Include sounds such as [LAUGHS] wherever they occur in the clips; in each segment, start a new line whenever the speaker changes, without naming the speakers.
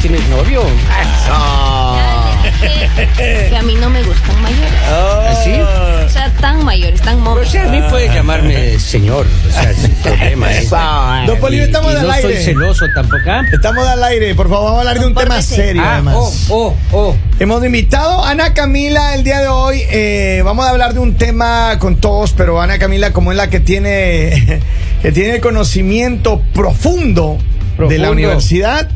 tienes novio. Ah,
Que a mí no me gustan mayores.
¿Sí?
O sea, tan mayores, tan
O
momios.
sea, a mí puedes llamarme señor, o sea, sin problema. ¿eh?
Don Polivio,
Y-
estamos
y
al
no soy
aire.
celoso tampoco. ¿ah?
Estamos al aire, por favor, vamos a hablar de un tema
Compórtese.
serio,
Ah,
además.
oh, oh, oh.
Hemos invitado a Ana Camila el día de hoy. eh, vamos a hablar de un tema con todos, pero Ana Camila, como es la que tiene, [LAUGHS] que tiene el conocimiento profundo, de la
Profundo.
universidad.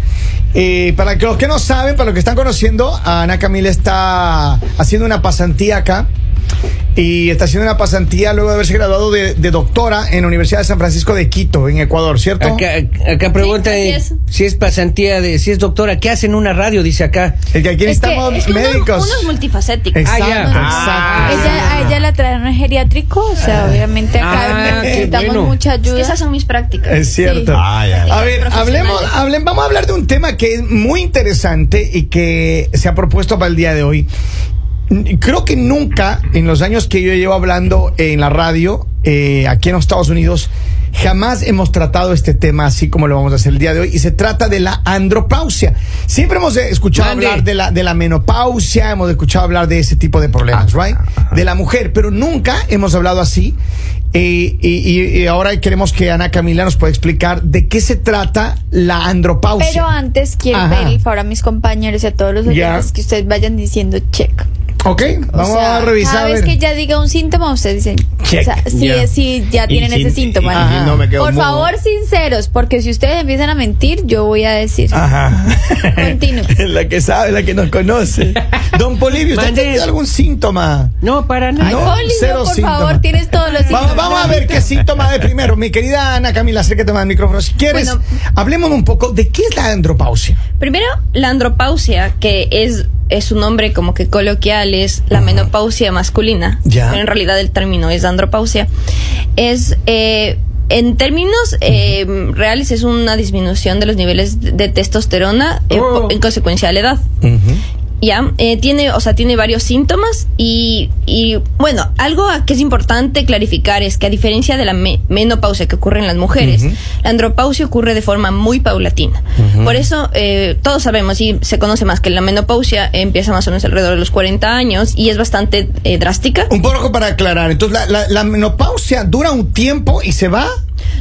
eh, para que los que no saben, para los que están conociendo, Ana Camila está haciendo una pasantía acá. Y está haciendo una pasantía luego de haberse graduado de, de doctora en la Universidad de San Francisco de Quito, en Ecuador, ¿cierto?
Acá, acá pregunta
así
eh,
es.
si es pasantía de, si es doctora, ¿qué hace en una radio? Dice acá.
El que aquí
Es que-
necesitamos
es que uno-
médicos.
Uno, es multifacético.
Exacto.
Exacto,
Ah, ya.
exacto.
Ah.
Ella, a ella la trajeron al geriátrico, o sea, obviamente acá
Ah, qué
necesitamos
bueno.
mucha
Es que
ayuda.
esas son mis prácticas.
Es cierto.
Sí.
Ah, ya, ya.
A ver, hablemos,
Profesionales.
hablen, vamos a hablar de un tema que es muy interesante y que se ha propuesto para el día de hoy. N- Creo que nunca en los años que yo llevo hablando en la radio, eh, aquí en los Estados Unidos, jamás hemos tratado este tema así como lo vamos a hacer el día de hoy. Y se trata de la andropausia. Siempre hemos eh, escuchado
Mande.
hablar de la, de la menopausia, hemos escuchado hablar de ese tipo de problemas,
Ah,
¿right? De la mujer, pero nunca hemos hablado así. Eh, y, y- y ahora queremos que Ana Camila nos pueda explicar de qué se trata la andropausia.
Pero antes quiero
Ajá.
pedir el favor a mis compañeros y a todos los
Ya.
oyentes que ustedes vayan diciendo check.
Ok, vamos
O sea,
a revisar.
Cada
a
vez
ver.
que ella diga un síntoma, ustedes dicen
Check.
O sea, si,
Ya.
si ya
Y
tienen
si-
ese síntoma.
y- y
Ajá.
no me quedo
Por
mudo.
favor, sinceros, porque si ustedes empiezan a mentir, yo voy a decir.
Ajá.
Continúe.
[LAUGHS] la que sabe, la que nos conoce. Don Polivio, ¿usted
Mande.
tiene algún síntoma?
No, para nada.
Ay,
No,
Polibio,
cero
por
síntoma.
favor, tienes todos los síntomas.
Vamos, vamos a ver qué síntoma de primero. Mi querida Ana Camila, acércate más al micrófono. Si quieres,
Bueno.
hablemos un poco de qué es la andropausia.
Primero, la andropausia, que es, es un nombre como que coloquial, es la menopausia masculina.
Ya.
Pero en realidad el término es andropausia. Es, eh, en términos eh, reales, es una disminución de los niveles de testosterona eh,
Oh.
po- en consecuencia de la edad. Ya, eh, tiene, o sea, tiene varios síntomas y, y, bueno, algo a- que es importante clarificar es que a diferencia de la me- menopausia que ocurre en las mujeres, la andropausia ocurre de forma muy paulatina. Por eso eh, todos sabemos y se conoce más que la menopausia empieza más o menos alrededor de los 40 años y es bastante eh, drástica.
Un poco para aclarar. Entonces, la, la- la menopausia dura un tiempo y se va.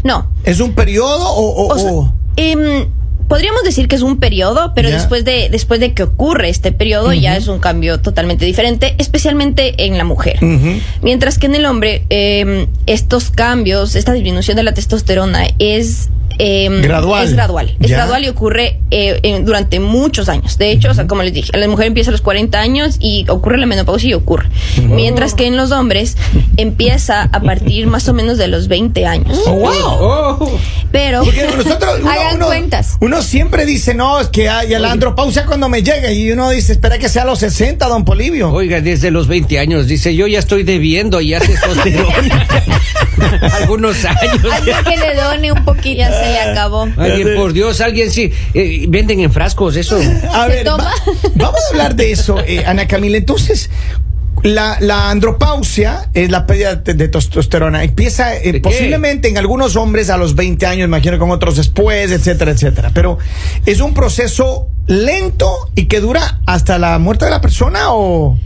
No,
¿Es un periodo o.? o-
O sea,
o-
em, podríamos decir que es un periodo, pero
Oh. Ya.
después de después de que ocurre este periodo ya es un cambio totalmente diferente, especialmente en la mujer.
Ujú.
Mientras que en el hombre em, estos cambios, esta disminución de la testosterona es em,
Gradual.
Es gradual. Es
Ya.
gradual y ocurre eh, en- durante muchos años. De hecho, o sea, como les dije, la mujer empieza a los 40 años y ocurre la menopausia y ocurre. Mientras que en los hombres empieza a partir más o menos de los 20 años.
Oh, wow.
Oh.
Pero
Porque nosotros. Uno,
Hagan
uno-
cuentas.
uno siempre dice, no, es que hay la andropausia cuando me llega. Y uno dice, espera que sea a los 60, don Polivio.
Oiga, desde los 20 años, dice, yo ya estoy debiendo ya [LAUGHS] testosterona. Algunos años.
Alguien que le done un poquito.
ya se le acabó.
Alguien, por Dios, alguien sí. eh, venden en frascos
[LAUGHS]
eso.
A
¿Se
ver,
toma?
va- vamos a hablar de eso, eh, Ana Camila. Entonces, la, la andropausia es la pérdida de, de testosterona. Empieza eh,
¿De qué?
posiblemente en algunos hombres a los 20 años, imagino con otros después, etcétera, etcétera. Pero es un proceso lento y que dura hasta la muerte de la persona o...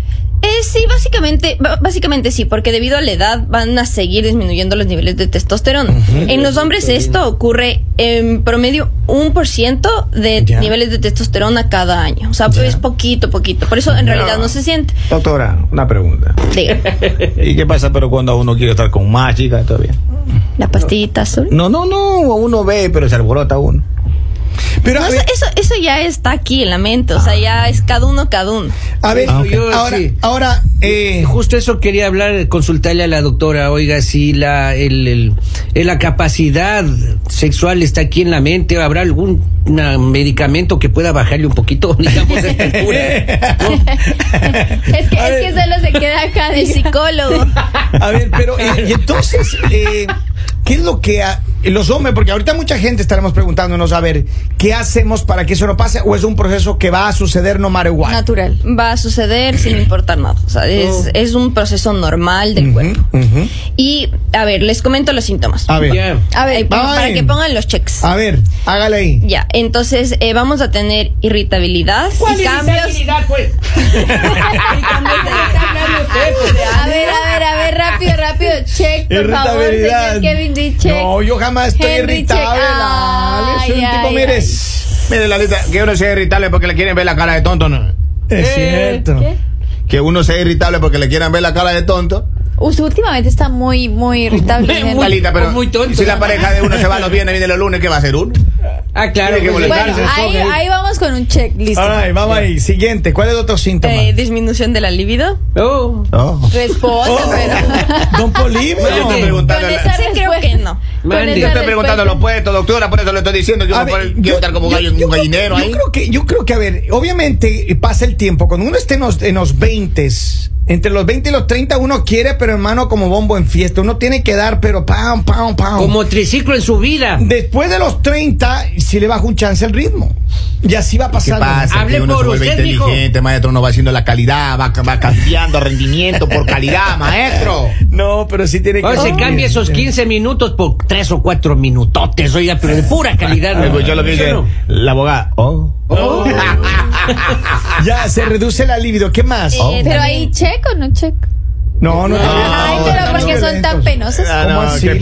Eh, sí, básicamente, b- básicamente sí, porque debido a la edad van a seguir disminuyendo los niveles de testosterona. En los hombres esto ocurre en promedio un por ciento de
Ya.
niveles de testosterona cada año. O sea, pues poquito, poquito. Por eso en realidad no se siente.
Doctora, una pregunta.
Diga,
¿Y qué pasa pero cuando uno quiere estar con más chicas todavía?
la pastillita
[LAUGHS]
azul.
No, no, no, uno ve, pero se alborota uno.
Pero a
No, eso,
ver,
eso, eso ya está aquí en la mente. O sea, ya es cada uno, cada uno.
a ver,
Ah, ok.
ahora,
Sí.
ahora eh,
Justo eso quería hablar, consultarle a la doctora, oiga, si la, el, el- eh, la capacidad sexual está aquí en la mente, ¿habrá algún na- medicamento que pueda bajarle un poquito, [LAUGHS] digamos, esta
[LAUGHS]
[LAUGHS]
altura?
Es que,
A
es que
ver.
solo se queda acá de
El
psicólogo.
psicólogo.
A ver, pero eh, y entonces, eh, ¿qué es lo que ha-
y los hombres, porque ahorita mucha gente estaremos preguntándonos, a ver, ¿qué hacemos para que eso no pase? ¿O es un proceso que va a suceder no matter what?
Natural.
va a suceder sin importar nada. O sea, es, es un proceso normal del cuerpo.
ujú.
Y, a ver, les comento los síntomas.
A ver,
Ya.
A ver, para
Ay. Ah.
que pongan los checks.
a ver, hágale ahí.
Ya, entonces eh, vamos a tener irritabilidad y cambios. [LAUGHS]
pues?
y cambios de-
A ver, a ver, a ver, rápido, rápido. Check, por favor,
Irritabilidad.
señor Kevin, di check.
No, yo jamás estoy
Henry,
irritable.
check.
Lale.
Ay,
Soy un
ay,
tipo,
ay.
mires.
Mire, Lalita, que uno sea irritable porque le quieren ver la cara de tonto, ¿no? Eh,
Es cierto.
¿Qué?
Que uno sea irritable porque le quieran ver la cara de tonto.
Usted Uh, últimamente está muy, muy irritable.
Muy-
Henry.
muy-
Lalita, pero
muy tonto,
si la
¿no?
pareja de uno se va los viernes, viene los lunes, ¿qué va a hacer uno?
Ah, claro.
Tiene que
pues,
bueno,
molestarse,
entonces,
ahí,
ok.
ahí vamos con un check, listo.
All right, vamos ahí. Siguiente, ¿cuál es el otro síntoma?
eh, disminución de la libido.
Oh.
No.
Responda,
Oh,
pero.
Don Polibio.
Yo estoy
Con
preguntando. a la-
esa
Sí, creo
respuesta-
que
con
no.
Mande.
esa
Yo
Yo estoy preguntando a los
respuesta-
puestos, doctora, por eso le estoy diciendo que
A
uno
ver,
puede- quiere estar como gallo en un
creo-
gallinero
yo
ahí.
Creo que, yo creo que, a ver, obviamente eh, pasa el tiempo. Cuando uno esté en los, en los 20, entre los 20 y los 30, uno quiere, pero hermano, como bombo en fiesta. Uno tiene que dar, pero pam, pam, pam.
Como triciclo en su vida.
Después de los 30, sí le baja un chance el ritmo. Y así va
¿Qué
pasando.
pasa?
Hable
que uno
por
se vuelve
usted, mijo.
inteligente, maestro. Uno va haciendo la calidad, va, va cambiando rendimiento por calidad, maestro.
No, pero sí tiene que.
Ahora se
Oh.
cambia esos 15 minutos por 3 o 4 minutotes, oiga, pero de pura calidad. ¿no?
Escuchó pues, lo que
¿Sí
dice
o no?
la abogada. Oh.
Oh.
Ya, se reduce la libido. ¿Qué más?
Eh, también-
Pero ahí check o no check.
Oh, No, no.
No.
Ay, pero
estamos
porque son tan
violentos.
penosos.
Ah,
¿Cómo
no,
así?
qué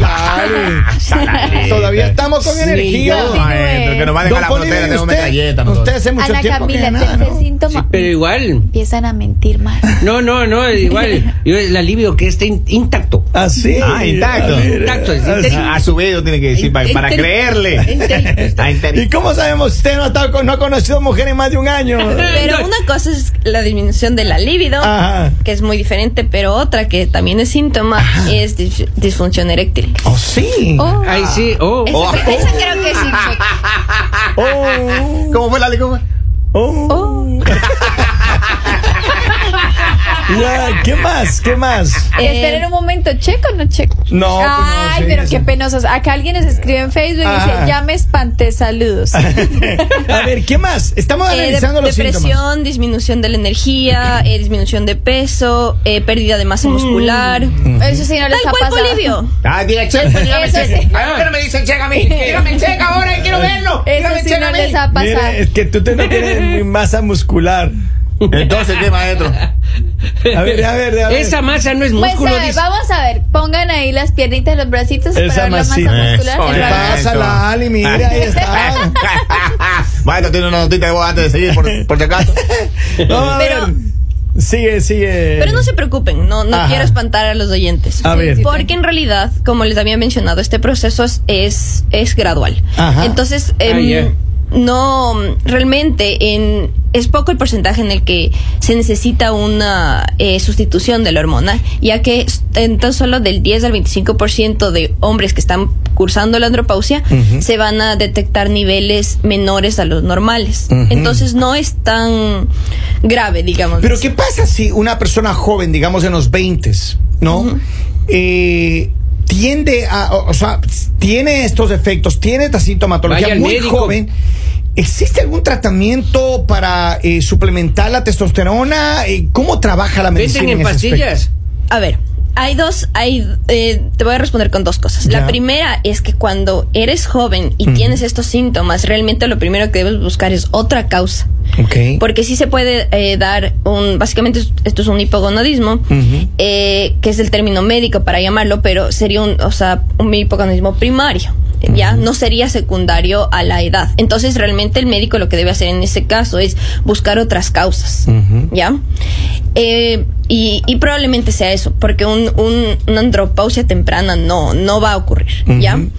[LAUGHS]
Dale. Todavía estamos con
Sí,
energía.
yo-
Maestro, que nos va a
Don
dejar la
Polibio,
frontera,
¿y
tengo
usted?
metralleta.
Usted
nosotros.
hace mucho
Ana
tiempo que
Camila,
nada,
tercer
¿no?
Sí,
síntoma.
pero igual.
Empiezan a mentir más.
No, no, no,
[LAUGHS]
igual. Yo el alivio que esté in- intacto.
Así.
Ah, intacto. eh,
Eh, A ver,
Intacto, es
así.
intacto.
Ha subido, tiene que decir, para, para
Enteri-
creerle. [LAUGHS]
enteri-
Ah,
¿Y
enteri-
cómo sabemos si usted no ha, estado con- no ha conocido mujer en más de
[LAUGHS]
un año?
Pero
No.
una cosa es la disminución de la libido,
Ajá.
que es muy diferente, pero otra que también es síntoma
Ah.
es dis- disfunción eréctil.
Oh, sí.
Oh.
Ay, sí, oh.
Esa,
Oh.
esa creo que sí. check.
Oh.
¿Cómo fue la licoma?
Oh. [LAUGHS] Ya, ¿Qué más? ¿Qué más? [LAUGHS]
Eh, Esperen un momento, ¿check o no check?
No, pues no,
Ay,
sí,
pero
sí. Ah.
qué penosos. Acá alguien les escribe en Facebook y
Ajá.
dice, ya me espanté, saludos.
[LAUGHS] A ver, ¿qué más? Estamos
Eh, de-
analizando Ah, los
depresión,
síntomas.
disminución de la energía, eh, disminución de peso, eh, pérdida de
Mm.
masa muscular.
Eso sí no
Tal
les ha
cual
pasado. [LAUGHS]
Polivio.
Ah, dile check, pues, dígame
Eso
check.
sí.
Ay, pero me dicen check a mí. Dígame check ahora, quiero verlo.
[LAUGHS]
Eso
Dígame
sí
check
no
a mí.
les ha pasado.
Mire, es que tú te- no tienes ni
[LAUGHS]
masa muscular.
Entonces, ¿qué, maestro?
A ver, a ver, a ver.
Esa masa no es
Pues,
músculo.
eh,
a ver,
dice.
vamos a ver, pongan ahí las piernitas, los bracitos
Esa
para ver la masa
masita.
muscular.
Eso,
el
eh.
brazo.
Pásala, Ali, mira, ahí está.
[LAUGHS] maestro, tiene una notita de vos antes de seguir, por, por si acaso.
No, a
Pero-
ver. Sigue, sigue.
Pero no se preocupen, no, no
Ajá.
quiero espantar a los oyentes.
A ver.
Porque en realidad, como les había mencionado, este proceso es, es, es gradual.
Ajá.
Entonces, em,
Ah, ya.
no, realmente en, es poco el porcentaje en el que se necesita una eh, sustitución de la hormona, ya que s- en tan solo del 10 al 25% de hombres que están cursando la andropausia se van a detectar niveles menores a los normales.
Ujú.
Entonces, no es tan grave, digamos.
Pero ¿qué pasa si una persona joven, digamos en los 20, ¿no? Eh, tiende a, o, o sea, tiene estos efectos, tiene esta sintomatología
Vaya al
muy
médico.
joven. ¿Existe algún tratamiento para eh, suplementar la testosterona? Eh, ¿Cómo trabaja la medicina?
Venden en
ese aspecto?
pastillas.
A ver, hay dos, hay, eh, te voy a responder con dos cosas.
Ya.
La primera es que cuando eres joven y tienes estos síntomas, realmente lo primero que debes buscar es otra causa.
Ok.
Porque sí se puede eh, dar un, básicamente es- esto es un hipogonadismo,
Ujú.
eh, que es el término médico para llamarlo, pero sería un, o sea, un hipogonadismo primario, ya no sería secundario a la edad. Entonces realmente el médico lo que debe hacer en ese caso es buscar otras causas, ya. Eh, y, y probablemente sea eso, porque un, un- una andropausia temprana no, no va a ocurrir, ¿ya?
Ujú.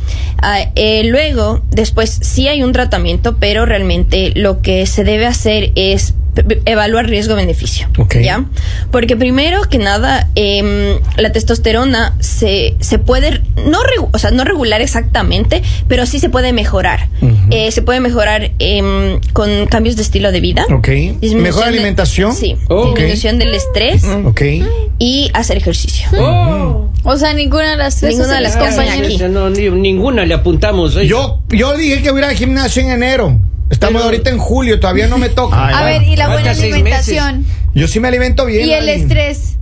Ah, eh, luego, después sí hay un tratamiento, pero realmente lo que se debe hacer es p- evaluar riesgo-beneficio.
Ok.
¿Ya? Porque primero que nada, em, la testosterona se, se puede, no, regu- o sea, no regular exactamente, pero sí se puede mejorar. Eh, se puede mejorar em, con cambios de estilo de vida.
Ok.
Disminución
¿Mejor
de-
alimentación?
sí.
Ok.
Disminución del estrés
Ok.
y hacer ejercicio.
O sea, ninguna de las tres.
Ninguna de
se
las
le
que hacen
acompaña.
aquí.
No, ni- ninguna le apuntamos. oye. [LAUGHS]
Yo, yo dije que hubiera gimnasio en enero. Estamos ahorita en julio, todavía no me toca.
Ay,
A
bueno.
ver, y la
Falta
buena
seis
alimentación.
Yo sí me alimento bien.
Y el
Lali.
estrés.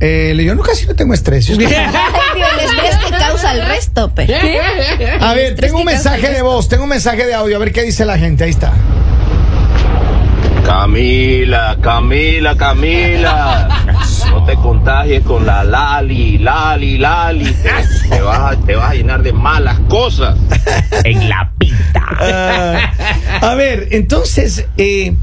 Eh, yo no- casi no tengo estrés. Yo estoy-
Pero el estrés te causa el resto, pero.
[LAUGHS]
A ver, tengo un mensaje de voz, tengo un mensaje de audio, a ver qué dice la gente. Ahí está.
Camila, Camila, Camila. No te contagies con la Lali, Lali, Lali. Te, te vas, a- te vas a llenar de malas cosas.
En la pita.
Ah, [LAUGHS] a ver, entonces, eh,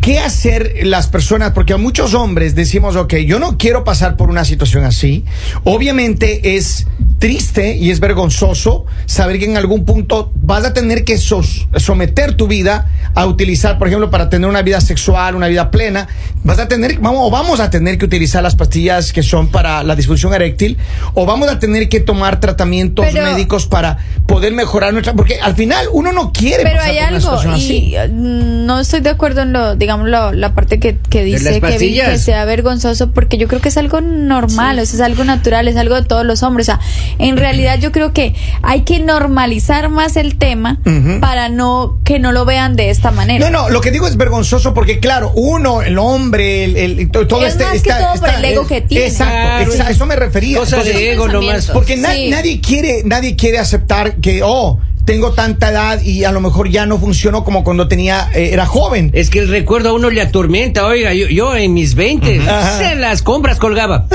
¿qué hacer las personas? Porque a muchos hombres decimos, ok, yo no quiero pasar por una situación así. Obviamente es triste y es vergonzoso saber que en algún punto vas a tener que sos- someter tu vida a utilizar, por ejemplo, para tener una vida sexual, una vida plena, vas a tener, vamos, o vamos a tener que utilizar las pastillas que son para la disfunción eréctil, o vamos a tener que tomar tratamientos
Pero-
médicos para poder mejorar nuestra, porque al final uno no quiere
Pero
pasar
hay
por una
algo,
situación
y
así.
eh, no estoy de acuerdo en lo, digamos, lo- la parte que, que
las
dice que, vi-
pastillas?
que sea vergonzoso, porque yo creo que es algo normal, o sea, es algo natural, es algo de todos los hombres. O sea, en realidad yo creo que hay que normalizar más el tema
Ujú.
para no que no lo vean de esta manera. [LAUGHS]
No, no, lo que digo es vergonzoso porque, claro, uno, el hombre, el, el- to- todo
Es
este.
más que todo por el ego que tiene.
Exacto,
Claro.
exacto, eso me refería.
Cosas
Entonces,
de ego nomás.
porque na-
Sí.
nadie quiere nadie quiere aceptar que oh tengo tanta edad y a lo mejor ya no funcionó como cuando tenía eh, era joven
Es que el recuerdo a uno le atormenta. Oiga, yo, yo en mis 20
Ajá.
se las compras colgaba.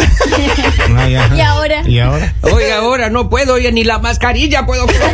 Y ahora.
¿Y ahora?
Oiga, ahora no puedo, oye, ni la mascarilla
[LAUGHS]
puedo colgar.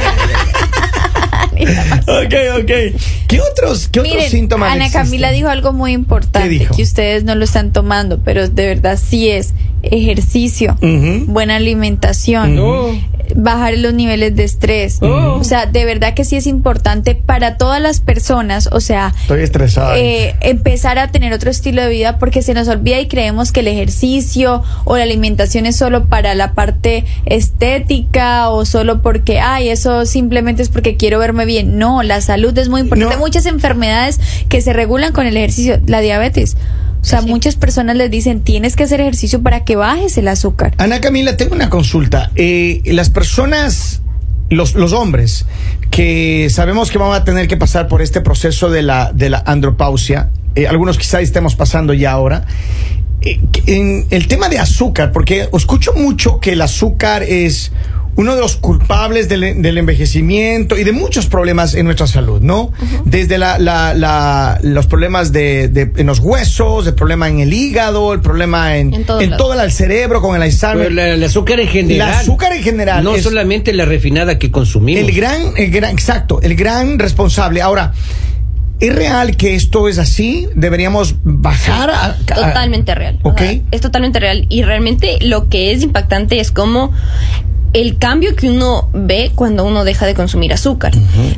ok ok qué otros qué otros
Miren,
síntomas
Ana
existen?
Camila dijo algo muy importante
¿Qué dijo?
que ustedes no lo están tomando, pero de verdad sí es ejercicio,
Ujú.
buena alimentación, Oh.
No.
bajar los niveles de estrés.
Oh.
O sea, de verdad que sí es importante para todas las personas, o sea,
estoy estresada
eh, empezar a tener otro estilo de vida porque se nos olvida y creemos que el ejercicio o la alimentación es solo para la parte estética o solo porque, ay, eso simplemente es porque quiero verme bien. No, la salud es muy importante.
No.
Muchas enfermedades que se regulan con el ejercicio, la diabetes. O sea, muchas personas les dicen, tienes que hacer ejercicio para que bajes el azúcar.
Ana Camila, tengo una consulta. Eh, las personas, los, los hombres, que sabemos que van a tener que pasar por este proceso de la, de la andropausia, eh, algunos quizá estemos pasando ya ahora, eh, que- en el tema de azúcar, porque escucho mucho que el azúcar es uno de los culpables del, del envejecimiento y de muchos problemas en nuestra salud, ¿no? Desde la, la- la- los problemas de, de- en los huesos, el problema en el hígado, el problema en,
En todos
en
lados.
todo el cerebro con el
Pero
Alzheimer.
la- el azúcar en general.
El azúcar en general
No
es-
solamente la refinada que consumimos.
el gran, el gran, exacto, el gran responsable. Ahora, ¿es real que esto es así? ¿Deberíamos bajar a- a-
Totalmente real. O
Ok.
sea, es totalmente real. Y realmente lo que es impactante es como el cambio que uno ve cuando uno deja de consumir azúcar.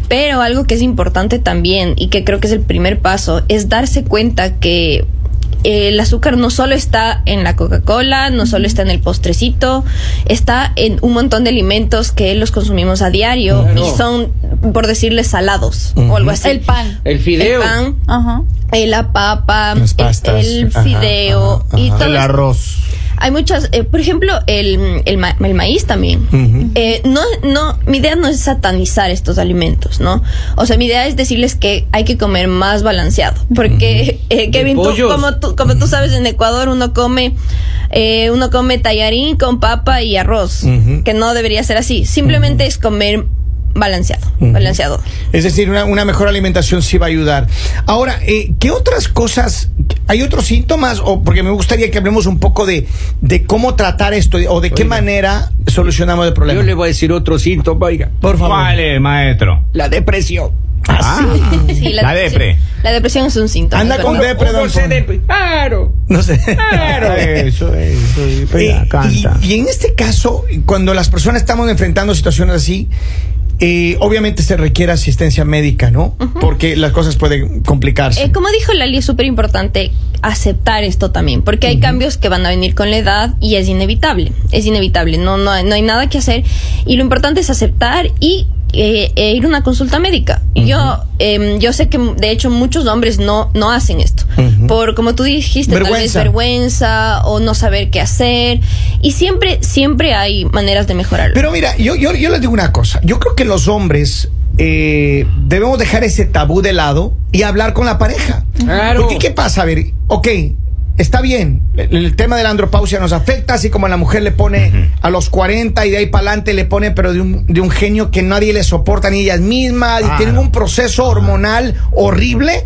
Pero algo que es importante también y que creo que es el primer paso es darse cuenta que el azúcar no solo está en la Coca-Cola, no solo está en el postrecito, está en un montón de alimentos que los consumimos a diario
Claro.
y son, por decirles, salados o algo así.
El pan.
El fideo.
El pan,
Ajá.
eh, la papa,
Las
el-
pastas.
el,
Ajá,
fideo
ajá,
y
ajá.
todo
El
esto.
arroz.
Hay muchas, eh, por ejemplo, el, el, ma- el maíz también.
Ujú.
Eh, no, no, mi idea no es satanizar estos alimentos, ¿no? O sea, mi idea es decirles que hay que comer más balanceado. Porque, eh, Kevin, tú-
pollos.
como, tú, como tú sabes, en Ecuador uno come, eh, uno come tallarín con papa y arroz,
Ujú.
que no debería ser así. Simplemente es comer balanceado, balanceado.
Es decir, una, una mejor alimentación sí va a ayudar. Ahora, eh, ¿qué otras cosas? ¿Hay otros síntomas? O porque me gustaría que hablemos un poco de, de cómo tratar esto o de qué
Oiga.
manera solucionamos el problema.
Yo le voy a decir otro síntoma, oiga.
Por favor.
Vale, maestro.
La depresión.
Ah,
Sí,
la depre.
La depresión es Ah. un síntoma.
Anda
es
con
verdad.
depre, don
¿Cómo se
Juan.
depre- Claro.
No [LAUGHS] sé.
Claro.
Eso, eso. eso.
Eh,
Pega,
y,
canta.
y en este caso, cuando las personas estamos enfrentando situaciones así, eh, obviamente se requiere asistencia médica, ¿no? Porque las cosas pueden complicarse.
Eh, como dijo Lali, es súper importante aceptar esto también, porque hay cambios que van a venir con la edad y es inevitable, es inevitable, no, no, hay- no hay nada que hacer y lo importante es aceptar y eh, e ir a una consulta médica. Yo, em, yo sé que de hecho muchos hombres no, no hacen esto, por como tú dijiste, tal vez
Vergüenza.
vergüenza o no saber qué hacer y siempre, siempre hay maneras de mejorarlo.
Pero mira, yo, yo, yo les digo una cosa. Yo creo que los hombres eh, debemos dejar ese tabú de lado y hablar con la pareja.
Claro.
Porque, ¿qué pasa? A ver, ok, está bien. El, el tema de la andropausia nos afecta, así como la mujer le pone a los 40 y de ahí para adelante le pone, pero de un, de un genio que nadie le soporta ni ellas mismas, y
Claro.
tienen un proceso hormonal horrible.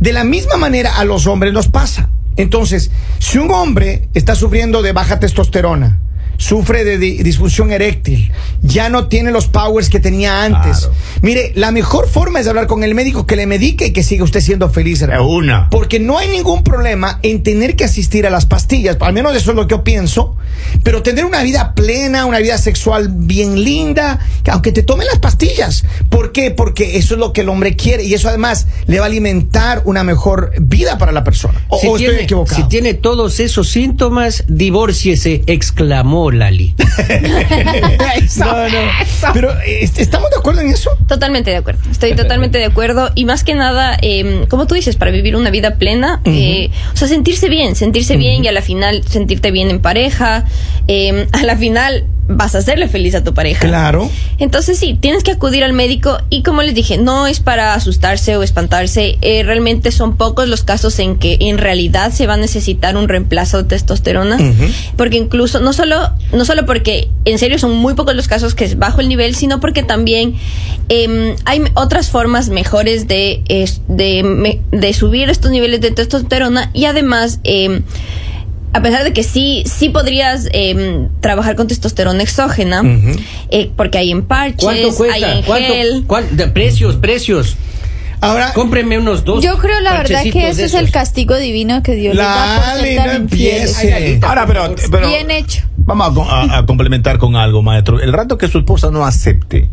De la misma manera a los hombres nos pasa. Entonces, si un hombre está sufriendo de baja testosterona, sufre de di- disfunción eréctil, ya no tiene los powers que tenía antes.
Claro.
Mire, la mejor forma es hablar con el médico que le medique y que siga usted siendo feliz. hermano.
De una.
Porque no hay ningún problema en tener que asistir a las pastillas, al menos eso es lo que yo pienso, pero tener una vida plena, una vida sexual bien linda, que aunque te tomen las pastillas. ¿Por qué? Porque eso es lo que el hombre quiere y eso además le va a alimentar una mejor vida para la persona. O, o estoy equivocado. [LAUGHS]
si tiene todos esos síntomas, divórciese, exclamó Lali.
[LAUGHS]
No, no. Pero eh, ¿estamos de acuerdo en eso?
Totalmente de acuerdo, estoy totalmente de acuerdo y más que nada, eh, como tú dices, para vivir una vida plena, eh, o sea, sentirse bien, sentirse bien y a la final sentirte bien en pareja, eh, [LAUGHS] a la final vas a hacerle feliz a tu pareja.
Claro.
Entonces sí, tienes que acudir al médico y como les dije, no es para asustarse o espantarse, eh, realmente son pocos los casos en que en realidad se va a necesitar un reemplazo de testosterona, porque incluso no solo no solo porque en serio son muy pocos los casos que es bajo el nivel, sino porque también em, hay me- otras formas mejores de es- de, me- de subir estos niveles de testosterona y además em, a pesar de que sí, sí podrías em, trabajar con testosterona exógena, eh, porque hay en parches,
¿Cuánto
hay
cuesta?
en
¿Cuánto,
gel.
cuán- de- precios, precios.
Ahora,
Cómpreme unos dos.
Yo creo la verdad
parchecitos
que ese
de
es el
esos.
castigo divino que Dios
la
le da
Ale
por
no
ser tan infieles.
empiece.
Ahora, pero, pero-
Bien hecho.
Vamos a co- a, a complementar con algo, maestro. El rato que su esposa no acepte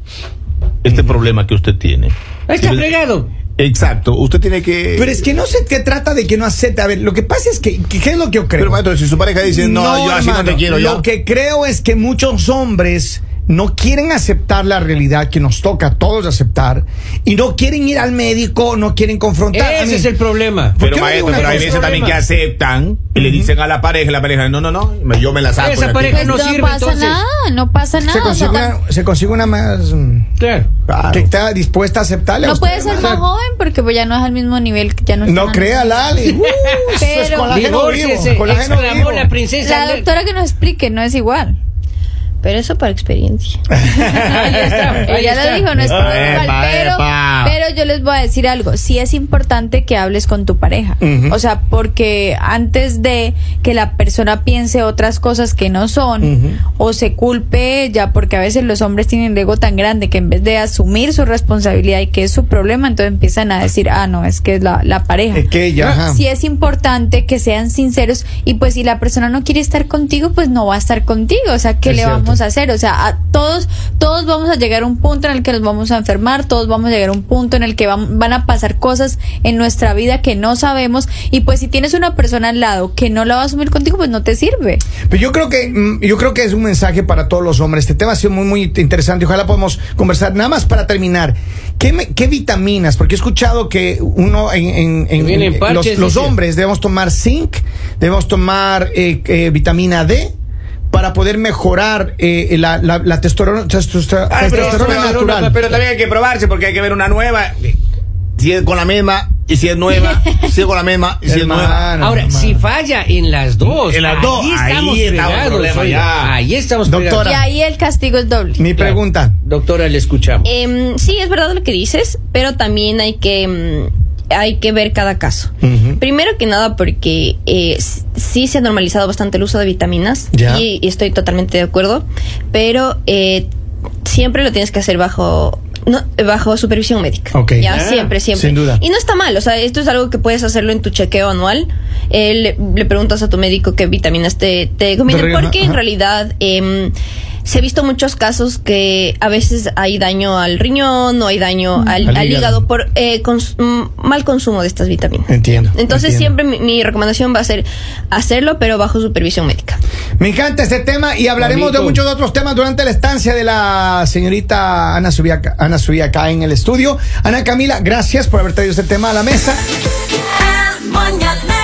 este problema que usted tiene.
Ahí Está
Usted-
fregado.
Exacto. Usted tiene que.
Pero es que no se te trata de que no acepte. A ver, lo que pasa es que, que- ¿qué es lo que yo creo?
Pero, maestro, si su pareja dice, no, yo así no te
hermano,
quiero, yo.
Lo que creo es que muchos hombres no quieren aceptar la realidad que nos toca a todos aceptar y no quieren ir al médico, no quieren confrontar. A mí-
Ese es el problema.
¿Por
Pero
qué no
maestro,
digo una
pero hay
cosa?
veces también que aceptan y le dicen a la pareja, la pareja, no, no, no, me- yo me la saco.
Esa
la
pareja
tiro".
Pues
no
no,
sirve,
pasa
entonces.
nada, no pasa nada.
se
o sea,
consigue,
tam-
una, se consigue una más mm,
Claro.
Claro.
que está dispuesta a aceptarle. a
no
usted,
puede ser
hermano.
más joven porque pues ya no es al mismo nivel, ya no es
No
tan- [LAUGHS]
crea, Lali. Uh, eso es
Pero-
colágeno vivo.
Divórciese,
Colágeno
exclamó
vivo.
la princesa.
La
Lali.
doctora que nos explique no es igual.
Pero eso
[LAUGHS]
para experiencia.
Ahí está, ahí
Ella
está.
lo dijo, no es
Epa,
por normal,
epa,
pero,
epa.
pero yo les voy a decir algo. Sí es importante que hables con tu pareja. O sea, porque antes de que la persona piense otras cosas que no son o se culpe ya porque a veces los hombres tienen el ego tan grande que en vez de asumir su responsabilidad y que es su problema, entonces empiezan a decir, ah, no, es que es la, la pareja.
Es que ella, ajá.
Sí es importante que sean sinceros y pues si la persona no quiere estar contigo, pues no va a estar contigo. O sea, ¿qué
Es
le
cierto.
vamos a hacer? O sea, a todos, todos vamos a llegar a un punto en el que nos vamos a enfermar, todos vamos a llegar a un punto en el que vam- van a pasar cosas en nuestra vida que no sabemos y pues si tienes una persona al lado que no la va a asumir contigo, pues no te sirve.
Pero yo creo que mm, yo creo que es un mensaje para todos los hombres. Este tema ha sido muy muy interesante. Ojalá podamos conversar. Nada más para terminar. ¿Qué, me- qué vitaminas? Porque he escuchado que uno en, en- en-
Vienen
en-
parches,
los, los
dice.
hombres debemos tomar zinc, debemos tomar eh, eh, vitamina D para poder mejorar eh, la, la, la testosterona, testosterona-
Ay, Ah, pero,
testosterona
pero-
natural.
pero también hay que probarse porque hay que ver una nueva. Si es con la misma, y si es [LAUGHS] nueva, si es con la misma, y si es nueva.
Hermano,
Ahora,
hermano.
si falla en las dos,
En las
ahí
dos,
estamos
ahí está un
fregados,
problema,
oiga.
ya.
Ahí estamos
Doctora.
fregados.
Y ahí el castigo es doble.
mi
Claro.
pregunta.
Doctora, le escuchamos.
Em, sí, es verdad lo que dices, pero también hay que mm, hay que ver cada caso. Primero que nada porque eh, s- sí se ha normalizado bastante el uso de vitaminas
Ya.
y, y estoy totalmente de acuerdo, pero eh, siempre lo tienes que hacer bajo no, bajo supervisión médica.
Ok.
Ya,
Ah,
siempre, siempre.
sin duda.
Y no está mal, o sea, esto es algo que puedes hacerlo en tu chequeo anual. Eh, le, le preguntas a tu médico qué vitaminas te, te convienen,
regla,
porque en
ajá.
realidad em, se ha visto muchos casos que a veces hay daño al riñón o hay daño al,
Mm. Al
al
hígado.
hígado por eh, cons- mm, mal consumo de estas vitaminas.
Entiendo,
Entonces
entiendo.
siempre mi, mi recomendación va a ser hacerlo, pero bajo supervisión médica.
Me encanta este tema y hablaremos de
Bonito.
muchos otros temas durante la estancia de la señorita Ana Subiaca, Ana Subiaca en el estudio. Ana Camila, gracias por haber traído este tema a la mesa.
El mañanero